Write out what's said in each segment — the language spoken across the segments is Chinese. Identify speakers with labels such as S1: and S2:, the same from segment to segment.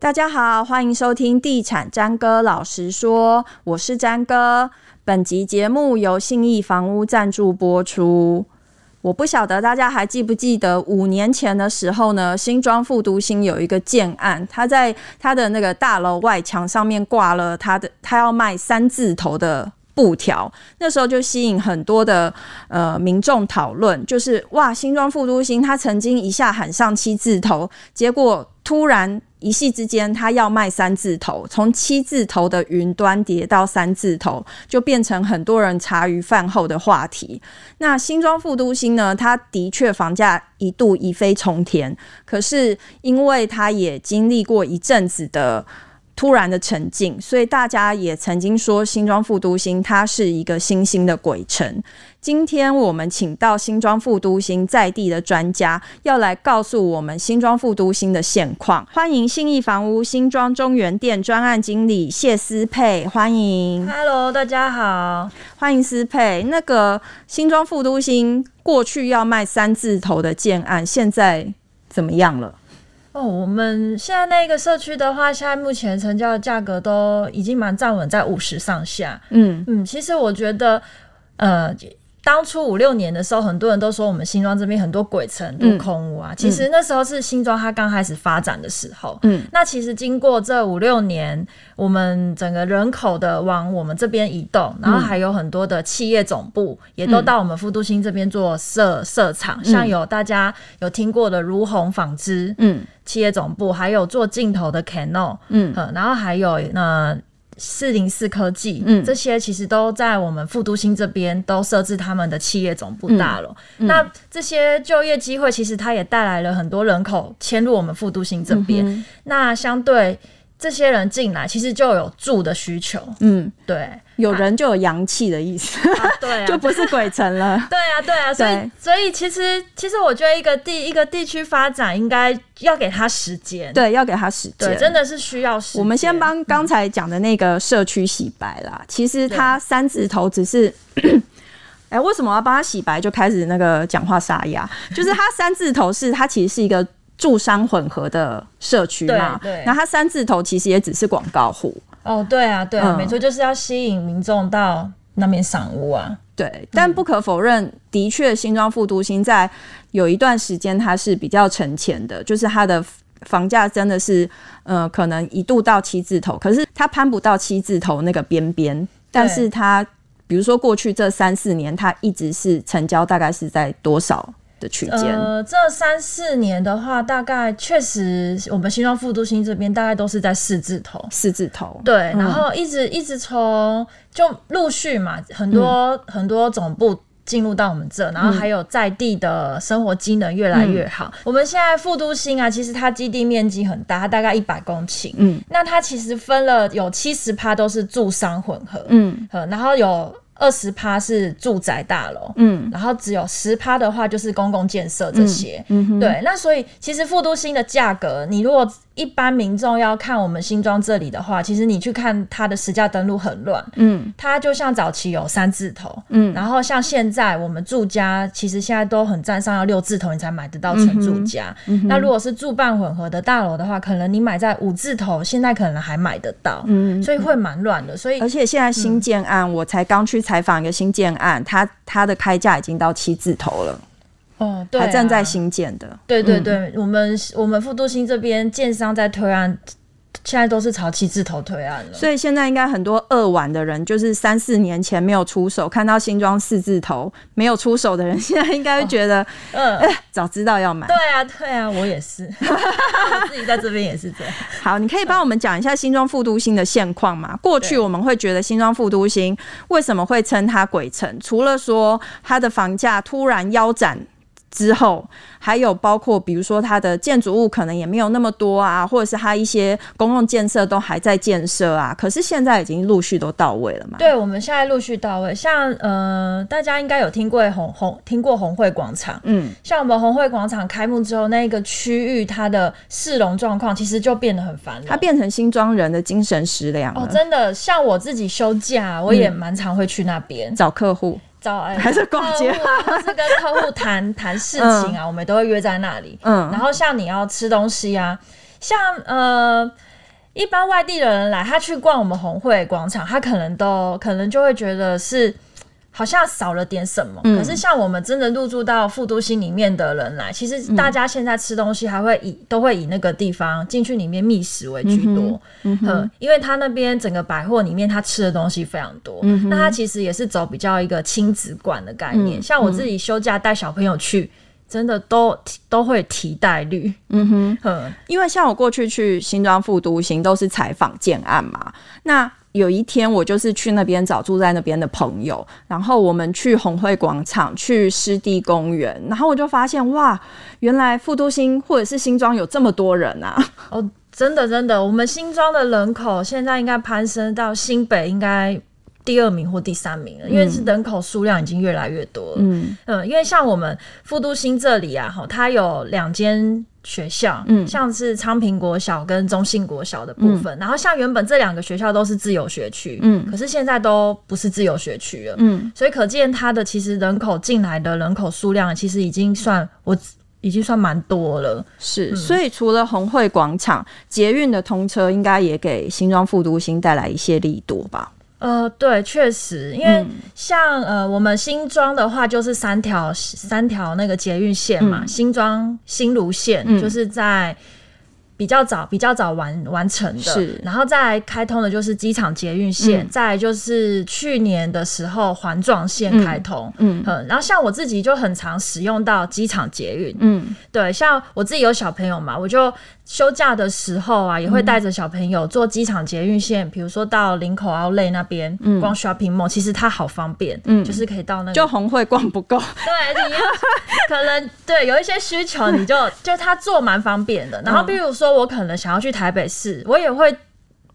S1: 大家好，欢迎收听《地产詹哥老实说》，我是詹哥。本集节目由信义房屋赞助播出。我不晓得大家还记不记得五年前的时候呢，新庄复都新有一个建案，他在他的那个大楼外墙上面挂了他的他要卖三字头的布条，那时候就吸引很多的呃民众讨论，就是哇，新庄复都新他曾经一下喊上七字头，结果突然一夕之间他要卖三字头，从七字头的云端跌到三字头，就变成很多人茶余饭后的话题。那新庄副都心呢，它的确房价一度一飞冲天，可是因为它也经历过一阵子的突然的沉静，所以大家也曾经说新庄副都心它是一个新兴的鬼城。今天我们请到新庄副都心在地的专家，要来告诉我们新庄副都心的现况。欢迎信义房屋新庄中原店专案经理谢思佩，欢迎。
S2: Hello，大家好。
S1: 欢迎思佩。那个新庄副都心过去要卖三字头的建案，现在怎么样了？
S2: 哦，我们现在那个社区的话，现在目前成交的价格都已经蛮站稳在五十上下。
S1: 嗯，
S2: 嗯，其实我觉得，呃，当初五六年的时候，很多人都说我们新庄这边很多鬼城、很多空屋啊。其实那时候是新庄它刚开始发展的时候。
S1: 嗯，
S2: 那其实经过这五六年，我们整个人口的往我们这边移动，
S1: 嗯
S2: 然后还有很多的企业总部也都到我们富都新这边做设设厂，像有大家有听过的如虹纺织，
S1: 嗯
S2: 企业总部，还有做镜头的 Canon，
S1: 嗯
S2: 呃，然后还有那四零四科技，
S1: 嗯
S2: 这些其实都在我们富都新这边都设置他们的企业总部大楼。
S1: 嗯
S2: 那这些就业机会，其实它也带来了很多人口迁入我们富都新这边。
S1: 嗯
S2: 那相对这些人进来，其实就有住的需求，
S1: 嗯，
S2: 对，
S1: 有人就有阳气的意思，
S2: 啊 对啊，
S1: 就不是鬼城 了。
S2: 对啊，对啊，所以
S1: 对
S2: 所以其实其实我觉得一个地一个地区发展应该要给它时间，
S1: 对，要给他时间。
S2: 对，真的是需要时间。
S1: 我们先帮刚才讲的那个社区洗白啦。其实他三字头只是。 哎、为什么要帮他洗白？就开始那个讲话沙哑，就是他三字头是它其实是一个住商混合的社区嘛，
S2: 对对
S1: 那他三字头其实也只是广告户，
S2: 哦，对啊，对啊，
S1: 嗯
S2: 没错，就是要吸引民众到那边赏屋啊。
S1: 对，但不可否认，的确，新庄复都新在有一段时间它是比较沉潜的，就是它的房价真的是，呃，可能一度到七字头，可是它攀不到七字头那个边边，但是它，比如说过去这三四年，它一直是成交大概是在多少的区间？
S2: 呃，这三四年的话，大概确实我们新庄副都新这边大概都是在四字头。
S1: 四字头，
S2: 对，然后一直一直从就陆续嘛，很多、
S1: 嗯
S2: 很多总部进入到我们这，然后还有在地的生活机能越来越好。
S1: 嗯
S2: 我们现在富都新啊，其实它基地面积很大，它大概一百公顷。
S1: 嗯
S2: 那它其实分了有七十趴都是住商混合，
S1: 嗯
S2: 呃，然后有二十趴是住宅大楼，
S1: 嗯
S2: 然后只有十趴的话就是公共建设这些。
S1: 嗯哼，
S2: 对，那所以其实复都新的价格，你如果一般民众要看我们新庄这里的话，其实你去看它的实价登录很乱，
S1: 嗯
S2: 它就像早期有三字头，
S1: 嗯
S2: 然后像现在我们住家其实现在都很站上要六字头你才买得到成住家，
S1: 嗯
S2: 那如果是住办混合的大楼的话，可能你买在五字头，现在可能还买得到，
S1: 嗯。
S2: 所以会蛮乱的，所以
S1: 而且现在
S2: 嗯
S1: 新建案，我才刚去采访一个新建案，它它的开价已经到七字头了，
S2: 哦，对、啊，
S1: 还站在嗯新建的。
S2: 对对对，我们我们复都新这边建商在推案，现在都是朝七字头推案了。
S1: 所以现在应该很多二晚的人，就是三四年前没有出手，看到新装四字头没有出手的人，现在应该会觉得、呃
S2: 嗯，
S1: 早知道要买
S2: 对。啊，对啊，我也是， 我自己在这边也是这样。
S1: 好，你可以帮我们讲一下新庄复都新的现况吗？过去
S2: 对
S1: 我们会觉得新庄复都新为什么会称它鬼城？除了说它的房价突然腰斩。之后，还有包括比如说它的建筑物可能也没有那么多啊，或者是它一些公共建设都还在建设啊，可是现在已经陆续都到位了嘛？
S2: 对，我们现在陆续到位，像呃，大家应该有听过红红听过红会广场，
S1: 嗯，
S2: 像我们红会广场开幕之后，那个区域它的市容状况其实就变得很繁荣
S1: 它。变成新庄人的精神食粮了。
S2: 哦，真的，像我自己休假，我也蛮常会去那边。
S1: 找客户，
S2: 找哎
S1: 还是逛街
S2: 客户啊，或是跟客户谈谈事情啊，我们都会约在那里。
S1: 嗯
S2: 然后像你要吃东西啊，像呃。一般外地的人来，他去逛我们红会广场，他可能都可能就会觉得是好像少了点什么。可是像我们真的入住到富都心里面的人来，其实大家现在吃东西还会以、都会以那个地方进去里面觅食为居多，嗯因为他那边整个百货里面他吃的东西非常多，那他其实也是走比较一个亲子馆的概念。像我自己休假带小朋友去。真的都都会提代率，嗯哼，嗯，
S1: 因为像我过去去新庄复都行都是采访建案嘛，那有一天我就是去那边找住在那边的朋友，然后我们去红会广场、去湿地公园，然后我就发现哇，原来复都新或者是新庄有这么多人啊！
S2: 哦，真的真的，我们新庄的人口现在应该攀升到新北应该第二名或第三名了，因为是人口数量已经越来越多了。嗯因为像我们复都新这里啊，哈，它有两间。学校，嗯，像是昌平国小跟中信国小的部分，然后像原本这两个学校都是自由学区，嗯，可是现在都不是自由学区了，嗯，所以可见它的其实人口进来的人口数量其实已经算我已经算蛮多了，
S1: 是，所以除了红会广场，捷运的通车应该也给新庄复都新带来一些利多吧？
S2: 呃，对，确实，因为像、呃，我们新庄的话，就是三条三条那个捷运线嘛，新庄新芦线、就是在比较早比较早完完成的，
S1: 是
S2: 然后再来开通的就是机场捷运线，再来就是去年的时候环状线开通，嗯，然后像我自己就很常使用到机场捷运，
S1: 嗯，
S2: 对，像我自己有小朋友嘛，我就休假的时候啊，也会带着小朋友坐机场捷运线，比如说到林口奥莱那边逛 shopping mall，其实它好方便，嗯，就是可以到那个
S1: 就红会逛不够，
S2: 对，你要可能对有一些需求，你就就他做蛮方便的。然后，比如说我可能想要去台北市，我也会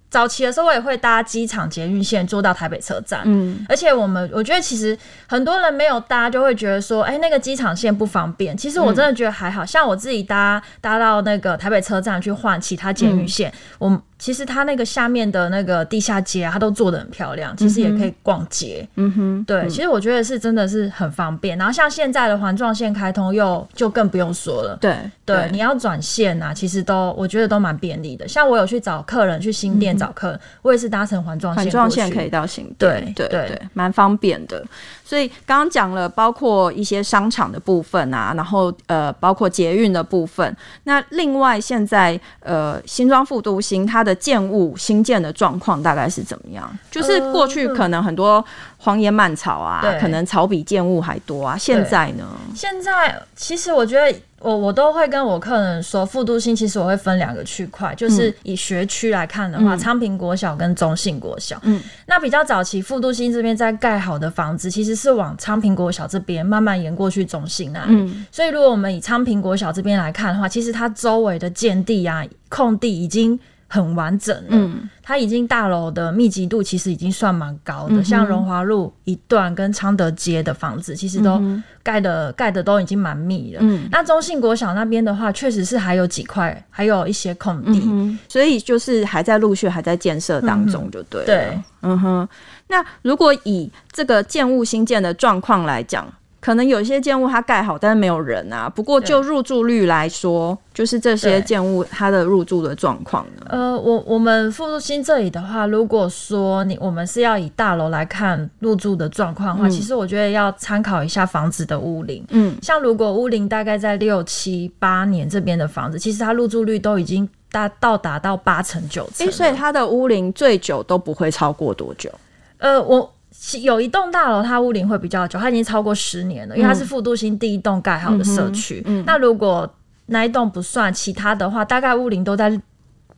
S2: 早期的时候，我也会搭机场捷运线坐到台北车站。嗯，而且我们我觉得其实很多人没有搭，就会觉得说，哎、那个机场线不方便。其实我
S1: 嗯
S2: 真的觉得还好，像我自己搭搭到那个台北车站去换其他捷
S1: 嗯
S2: 运线，我其实它那个下面的那个地下街、啊，它都做的很漂亮，其实也可以逛街。
S1: 嗯哼，
S2: 对，其实我觉得是真的是很方便。然后像现在的环状线开通又就更不用说了，
S1: 对
S2: 对，你要转线啊，其实都我觉得都蛮便利的。像我有去找客人去新店找客人，我也是搭乘环状
S1: 嗯
S2: 线，
S1: 环状线可以。到新
S2: 对
S1: 对
S2: 对
S1: 对，蛮方便的。所以刚刚讲了，包括一些商场的部分啊，然后呃，包括捷运的部分。那另外现在呃，新庄复都新它的建物新建的状况大概是怎么样？就是过去可能很多荒野蔓草啊，
S2: 呃嗯对
S1: 可能草比建物还多啊。现在呢，
S2: 现在其实我觉得我我都会跟我客人说，复都新其实我会分两个区块，就是以学区来看的话，昌平国小跟中信国小。嗯，那比较早期复都新这边在盖好的房子，其实是往昌平国小这边慢慢延过去中信那
S1: 嗯
S2: 里。所以如果我们以昌平国小这边来看的话，其实它周围的建地啊、空地已经。很完整了，
S1: 嗯
S2: 它已经大楼的密集度其实已经算蛮高
S1: 嗯
S2: 的，像荣华路一段跟昌德街的房子其实
S1: 嗯
S2: 都盖的盖的都已经蛮密了。那中信国小那边的话，确实是还有几块，还有一些空地。
S1: 嗯，所以就是还在陆续还在建设当中，就对了。
S2: 对，
S1: 嗯哼，那如果以这个建物新建的状况来讲，可能有些建物它盖好，但是没有人啊。不过就入住率来说，就是这些
S2: 对
S1: 建物它的入住的状况呢，
S2: 呃，我我们复读新这里的话，如果说你我们是要以大楼来看入住的状况的话，其实我觉得要参考一下房子的屋龄。
S1: 嗯，
S2: 像如果屋龄大概在六七八年这边的房子，其实它入住率都已经大到达到八成九
S1: 诶、
S2: 成了。
S1: 所以它的屋龄最久都不会超过多久？
S2: 呃，我其有一栋大楼，它屋龄会比较久，它已经超过十年
S1: 嗯
S2: 了，因为它是复都新第一栋盖好的社区。那如果那一栋不算，其他的话，大概屋龄都在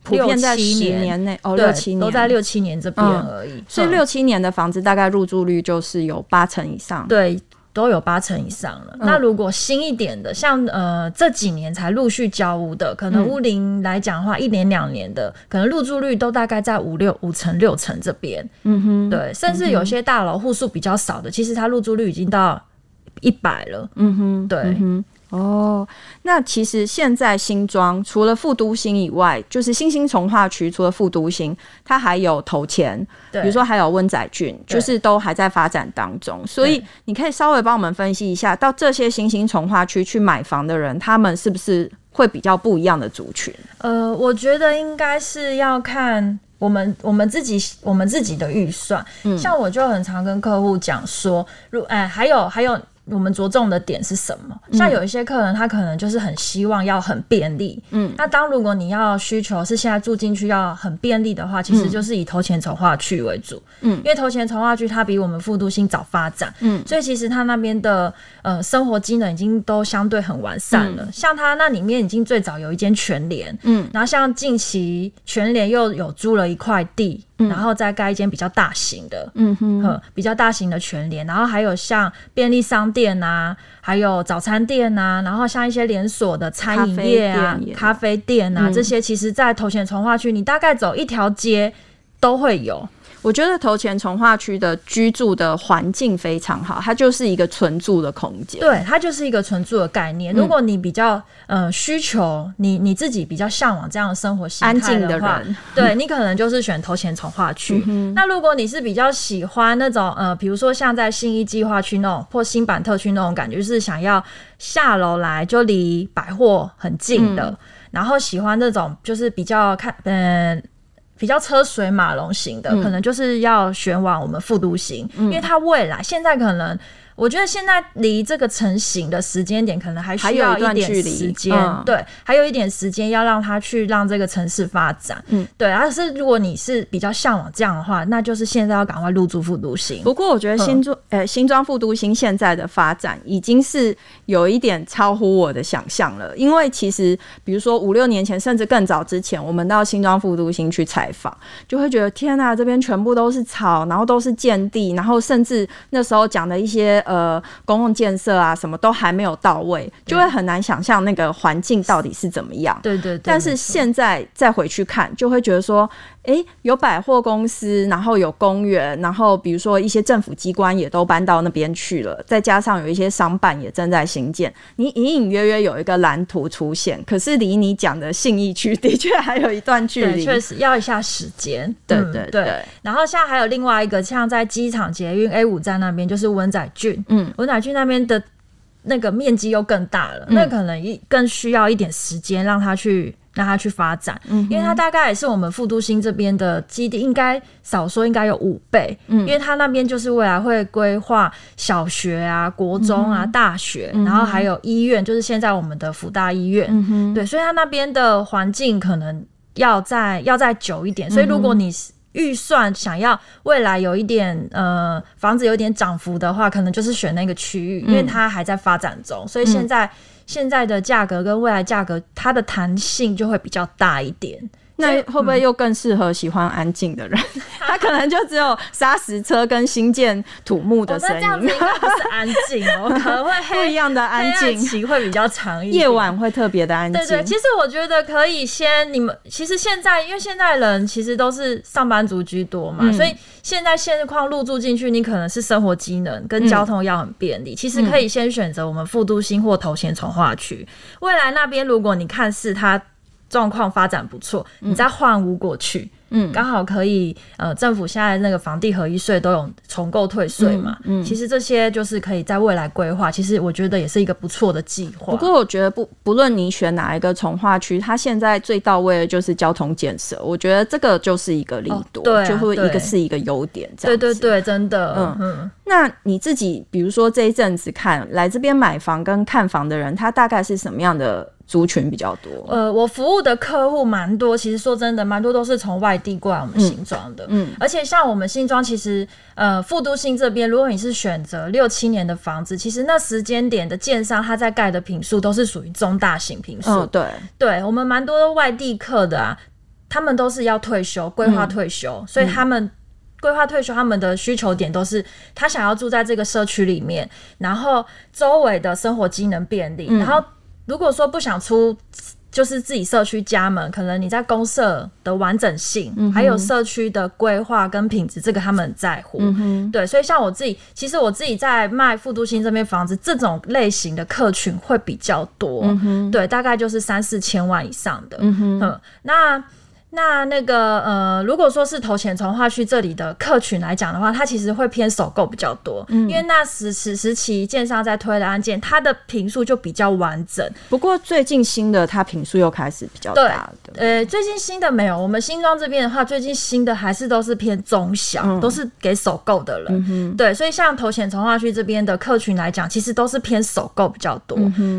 S1: 普遍在
S2: 六七
S1: 十
S2: 年
S1: 年内，哦，
S2: 对
S1: 六七年，
S2: 都在。六七年这边
S1: 嗯
S2: 而已。
S1: 所以
S2: 嗯
S1: 六七年的房子大概入住率就是有八成以上。
S2: 对。都有八成以上了。
S1: 嗯
S2: 那如果新一点的，像呃这几年才陆续交屋的，可
S1: 嗯
S2: 能屋龄来讲的话，一年两年的，可能入住率都大概在五六五成六成这边。
S1: 嗯哼，
S2: 对，甚至有些大楼户数比较少的，其实它入住率已经到一百了。
S1: 嗯哼，
S2: 对，
S1: 哦，那其实现在新庄除了复都新以外，就是新兴从化区除了复都新，它还有头前，
S2: 对，
S1: 比如说还有温仔郡，
S2: 对
S1: 就是都还在发展当中。所以你可以稍微帮我们分析一下，到这些新兴从化区去买房的人，他们是不是会比较不一样的族群？
S2: 呃，我觉得应该是要看我们我们自己我们自己的预算。像我就很常跟客户讲说，如哎还有还有。我们着重的点是什么？像有一些客人，他可能就是很希望要很便利，嗯，那当如果你要需求是现在住进去要很便利的话，其实就是以头前从化区为主，嗯，因为头前从化区它比我们复都新早发展，嗯，所以其实它那边的呃生活机能已经都相对很完善了。像它那里面已经最早有一间全联，嗯，然后像近期全联又有租了一块地。然后再盖一间比较大型的，嗯哼，比较大型的全联，然后还有像便利商店啊，还有早餐店啊，然后像一些连锁的餐饮业啊
S1: 咖啡店、也
S2: 咖啡店啊、这些，其实，在头前从化区，你大概走一条街都会有。
S1: 我觉得头前从化区的居住的环境非常好，它就是一个纯住的空间。
S2: 对，它就是一个纯住的概念。
S1: 嗯
S2: 如果你比较呃需求，你你自己比较向往这样的生活形
S1: 安
S2: 态
S1: 静的
S2: 话
S1: 人，嗯
S2: 对你可能就是选头前从化区。那如果你是比较喜欢那种呃，比如说像在信义计划区那种或新版特区那种感觉，就是想要下楼来就离百货很近的，
S1: 嗯
S2: 然后喜欢那种就是比较看嗯。比较车水马龙型
S1: 嗯
S2: 的，可能就是要选往我们复读型，因为它未来现在可能，我觉得现在离这个成型的时间点，可能还
S1: 还
S2: 需
S1: 有
S2: 要
S1: 一段
S2: 点
S1: 距离
S2: 时间，
S1: 嗯
S2: 对，还有一点时间要让它去让这个城市发展，嗯，对。但是如果你是比较向往这样的话，那就是现在要赶快入住复读型，
S1: 不过，我觉得新庄呃新庄副都心现在的发展已经是有一点超乎我的想象了，因为其实比如说五六年前，甚至更早之前，我们到新庄副都心去采访，就会觉得天啊呐、这边全部都是草，然后都是建地，然后甚至那时候讲的一些呃公共建设啊，什么都还没有到位，就会很难想象那个环境到底是怎么样。
S2: 对对对。
S1: 但是
S2: 没错
S1: 现在再回去看，就会觉得说，诶，有百货公司，然后有公园，然后比如说一些政府机关也都搬到那边去了，再加上有一些商办也正在兴建，你隐隐约约有一个蓝图出现，可是离你讲的信义区的确还有一段距
S2: 对，
S1: 离。
S2: 确实要一下时间。
S1: 对
S2: 嗯
S1: 对
S2: 对
S1: 对
S2: 然后现在还有另外一个，像在机场捷运 A 五站那边，就是文仔郡，
S1: 嗯，
S2: 文仔郡那边的那个面积又更大了，那可能一更需要一点时间让它去。让它去发展，因为它大概也是我们复都新这边的基地，应该少说应该有五倍，因为它那边就是未来会规划小学啊、国中啊、大学，然后还有医院，就是现在我们的福大医院，对，所以它那边的环境可能要再要再久一点，
S1: 嗯
S2: 所以如果你是预算想要未来有一点呃房子有点涨幅的话，可能就是选那个区域，
S1: 嗯
S2: 因为它还在发展中，所以现在、现在的价格跟未来价格它的弹性就会比较大一点。
S1: 那会
S2: 嗯
S1: 不会又更适合喜欢安静的人？ 他可能就只有砂石车跟新建土木
S2: 我
S1: 的
S2: 哦那
S1: 声
S2: 这样子
S1: 音，
S2: 应该不是安静 哦，可能会
S1: 不一
S2: 黑
S1: 样的安
S2: 黑暗
S1: 静，
S2: 期会比较长一点。
S1: 夜晚会特别的安静。
S2: 啊对对，其实我觉得可以先你们，其实现在因为现在人其实都是上班族居多嘛，所以现在现况入住进去，你可能是生活机能跟交通要很便利，其实可以先选择我们复都新或头前从化区。未来那边如果你看似它状况发展不错，你再换屋过去。嗯，刚好可以，呃，政府现在那个房地合一税都有重购退税嘛嗯，其实这些就是可以在未来规划，其实我觉得也是一个不错的计划。
S1: 不过我觉得不不论你选哪一个从化区，它现在最到位的就是交通建设，我觉得这个就是一个利多，
S2: 哦对啊
S1: 就会一个
S2: 对
S1: 是一个优点这
S2: 对
S1: 样子。
S2: 对对，真的，
S1: 嗯
S2: 嗯嗯，
S1: 那你自己比如说这一阵子看来这边买房跟看房的人，他大概是什么样的族群比较多？
S2: 呃，我服务的客户蛮多，其实说真的，蛮多都是从外地过来我们新庄的，嗯，而且像我们新庄，其实呃，复都新这边，如果你是选择六七年的房子，其实那时间点的建商他在盖的平数都是属于中大型平数，
S1: 嗯，对，
S2: 呃对我们蛮多外地客的啊，他们都是要退休，规划退休，所以他们。规划退休，他们的需求点都是他想要住在这个社区里面，然后周围的生活机能便利。然后如果说不想出，就是自己社区家门，可能你在公社的完整性，还有社区的规划跟品质，这个他们很在乎。
S1: 嗯
S2: 对，所以像我自己，其实我自己在卖复都新这边房子，这种类型的客群会比较多，对，大概就是三四千万以上的，嗯那。那那个呃，如果说是头前从化区这里的客群来讲的话，它其实会偏首购比较多，因为那时时时期建商在推的案件，它的评述就比较完整。
S1: 不过最近新的它平数又开始比较
S2: 对
S1: 大了，对不对
S2: 呃，最近新的没有，我们新庄这边的话，最近新的还是都是偏中小，都是给首购的人。对，所以像头前从化区这边的客群来讲，其实都是偏首购比较多。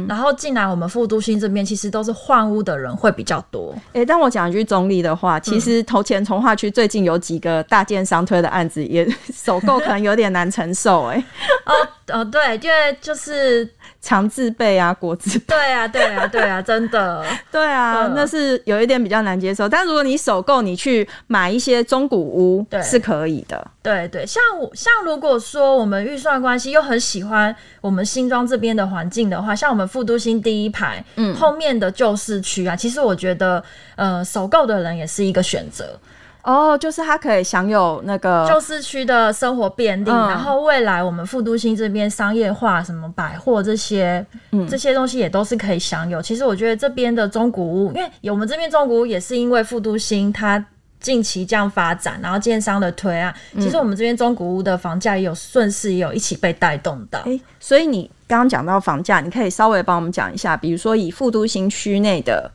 S2: 然后进来我们富都新这边，其实都是换屋的人会比较多。
S1: 诶，但我讲一句中立的
S2: 嗯
S1: 话，其实头前从化区最近有几个大建商推的案子，也 首购可能有点难承受、诶，
S2: 哦哦，对，因为就是
S1: 强制备 啊，国字
S2: 对啊，对啊，对啊，真的。
S1: 对啊，
S2: 嗯
S1: 那是有一点比较难接受。但如果你首购，你去买一些中古屋
S2: 对
S1: 是可以的。
S2: 对对，像我像如果说我们预算关系又很喜欢我们新庄这边的环境的话，像我们富都新第一排，嗯，后面的旧市区啊，其实我觉得，呃，首购的人也是一个选择。
S1: 哦，就是它可以享有那
S2: 旧
S1: 个
S2: 市区的生活便利，
S1: 嗯
S2: 然后未来我们富都新这边商业化，什么百货这些，这些东西也都是可以享有。其实我觉得这边的中古屋，因为我们这边中古屋也是因为富都新它。近期这样发展，然后建商的推案，其实我们这边中古屋的房价也有顺势也有一起被带动到。
S1: 诶，所以你刚刚讲到房价，你可以稍微帮我们讲一下，比如说以富都新区内的。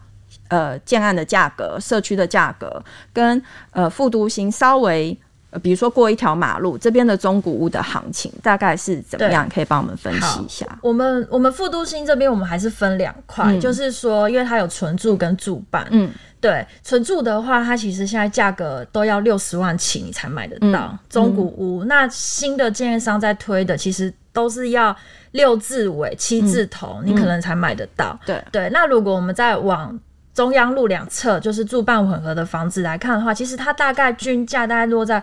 S1: 呃，建案的价格、社区的价格，跟呃富都新稍微，呃比如说过一条马路这边的中古屋的行情大概是怎么
S2: 对
S1: 样？可以帮我们分析
S2: 好
S1: 一下。
S2: 我们我们富都新这边我们还是分两块，就是说，因为它有纯住跟住办，
S1: 嗯，
S2: 对，纯住的话，它其实现在价格都要六十万起你才买得到、中古屋。那新的建商在推的，其实都是要六字尾、七字头，你可能才买得到。
S1: 对
S2: 对，那如果我们再往中央路两侧，就是住办混合的房子来看的话，其实它大概均价大概落在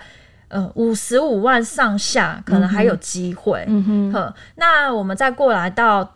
S2: 呃五十五万上下，可能还有机会。嗯哼，那我们再过来到。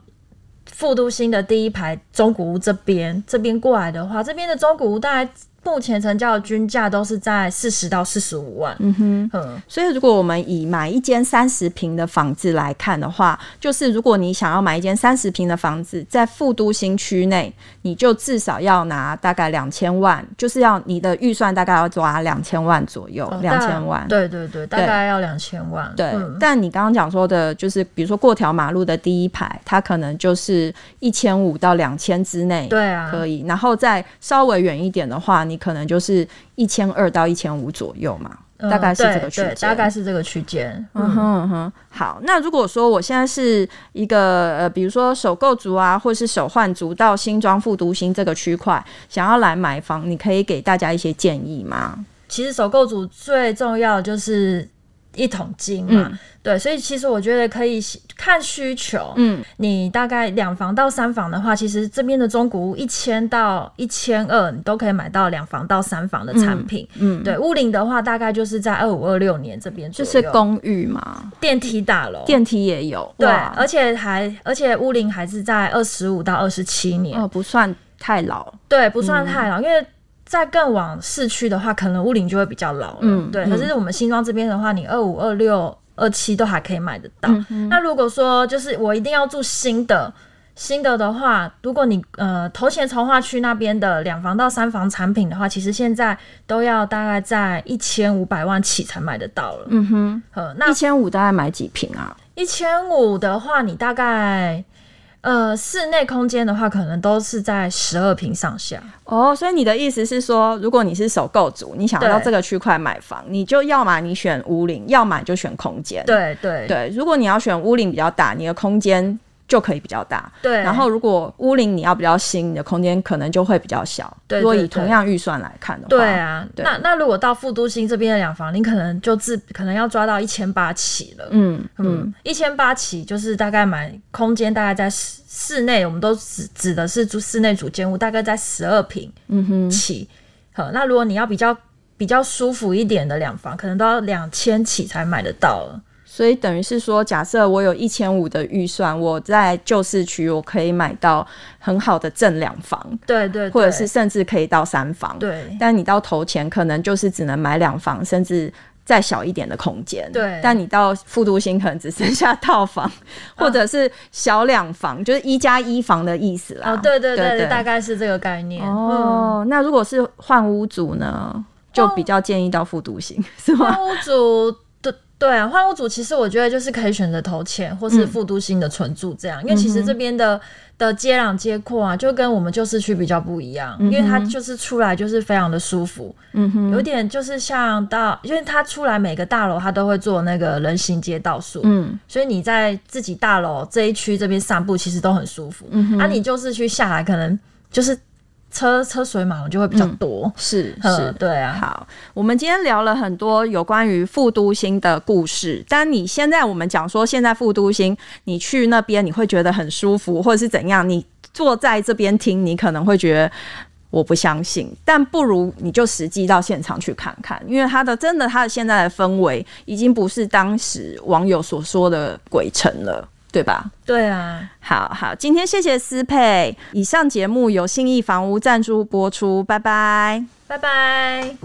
S2: 富都新的第一排中古屋这边，这边过来的话，这边的中古屋大概目前成交的均价都是在四十到四十五万。嗯哼，嗯，
S1: 所以，如果我们以买一间三十平的房子来看的话，就是如果你想要买一间三十平的房子，在富都新区内，你就至少要拿大概两千万，就是要你的预算大概要抓两千万左右，哦两千、万。
S2: 嗯对对对，哦大概要两千万。
S1: 对
S2: 嗯
S1: 但你刚刚讲说的，就是比如说过条马路的第一排，它可能就是一千五到两千之内，
S2: 对啊，
S1: 可以。然后再稍微远一点的话，你可能就是一千二到一千五左右嘛，
S2: 嗯
S1: 大概是这个
S2: 对
S1: 区间
S2: 对，。大概是这个区间。
S1: 嗯哼嗯哼，好。那如果说我现在是一个呃，比如说首购族啊，或是首换族到新庄复读新这个区块，想要来买房，你可以给大家一些建议吗？
S2: 其实首购组最重要的就是一桶金嘛，
S1: 嗯
S2: 对，所以其实我觉得可以看需求，
S1: 嗯，
S2: 你大概两房到三房的话，其实这边的中古屋一千到一千二，你都可以买到两房到三房的产品，嗯，对，屋龄的话大概就是在二五二六年这边
S1: 就
S2: 左右，
S1: 是公寓嘛，
S2: 电梯大楼，
S1: 电梯也有，
S2: 对，
S1: 哇
S2: 而且还而且屋龄还是在二十五到二十七年，
S1: 哦不算太老，
S2: 对，不
S1: 嗯
S2: 算太老，因为再更往市区的话，可能屋龄就会比较老了。
S1: 嗯
S2: 对。
S1: 嗯
S2: 可是我们新庄这边的话，你二五、二六、二七都还可以买得到。
S1: 嗯
S2: 那如果说就是我一定要住新的。新的的话，如果你呃头前从化区那边的两房到三房产品的话，其实现在都要大概在一千五百万起才买得到了。
S1: 嗯哼，
S2: 呃，那
S1: 一千五大概买几平啊？
S2: 一千五的话，你大概呃室内空间的话，可能都是在十二平上下。
S1: 哦，所以你的意思是说，如果你是首购族，你想要到
S2: 对
S1: 这个区块买房，你就要么你选屋龄，要么就选空间，
S2: 对对
S1: 哎对，如果你要选屋龄比较大，你的空间就可以比较大。
S2: 对，啊
S1: 然后如果屋龄你要比较新，你的空间可能就会比较小。
S2: 对
S1: 如果以
S2: 对对
S1: 同样预算来看的话，
S2: 对啊，
S1: 对
S2: 那那如果到副都新这边的两房，你可能就自可能要抓到一千八起了。
S1: 嗯嗯，
S2: 嗯，一千八起就是大概买空间大概在室室内，我们都指指的是住室内主间屋，大概在十二平
S1: 嗯哼，
S2: 起。好、那如果你要比较比较舒服一点的两房，可能都要两千起才买得到了。
S1: 所以等于是说，假设我有一千五的预算，我在旧市区我可以买到很好的正两房，
S2: 对对对，
S1: 或者是甚至可以到三房。
S2: 对
S1: 但你到头前可能就是只能买两房，甚至再小一点的空间，
S2: 对嗯
S1: 但你到复读新可能只剩下套房，或者是小两房，就是一加一房的意思啦。
S2: 哦，对对
S1: 啊对
S2: 对，大概是这个概念。嗯，
S1: 哦，那如果是换屋族呢，就比较建议到复读型，是吗？
S2: 换屋主。对对啊，换屋主其实我觉得就是可以选择投钱或
S1: 嗯
S2: 是复都新的存住这样，因为其实这边的的接壤街阔啊，就跟我们旧市区比较不一样，因为它就是出来就是非常的舒服，
S1: 嗯哼，
S2: 有点就是像到，因为它出来每个大楼它都会做那个人行街道树，
S1: 嗯
S2: 所以你在自己大楼这一区这边散步，其实都很舒服。
S1: 嗯哼
S2: 啊，你就是去下来，可能就是车车水马龙就会比较多。
S1: 嗯是
S2: 呃
S1: 是。
S2: 对啊，
S1: 好，我们今天聊了很多有关于复都新的故事。但你现在我们讲说，现在复都新，你去那边你会觉得很舒服，或者是怎样？你坐在这边听，你可能会觉得我不相信，但不如你就实际到现场去看看，因为它的真的它的现在的氛围已经不是当时网友所说的鬼城了，对吧？
S2: 对啊，
S1: 好好，今天谢谢思佩。以上节目由信义房屋赞助播出，拜拜。
S2: 拜拜。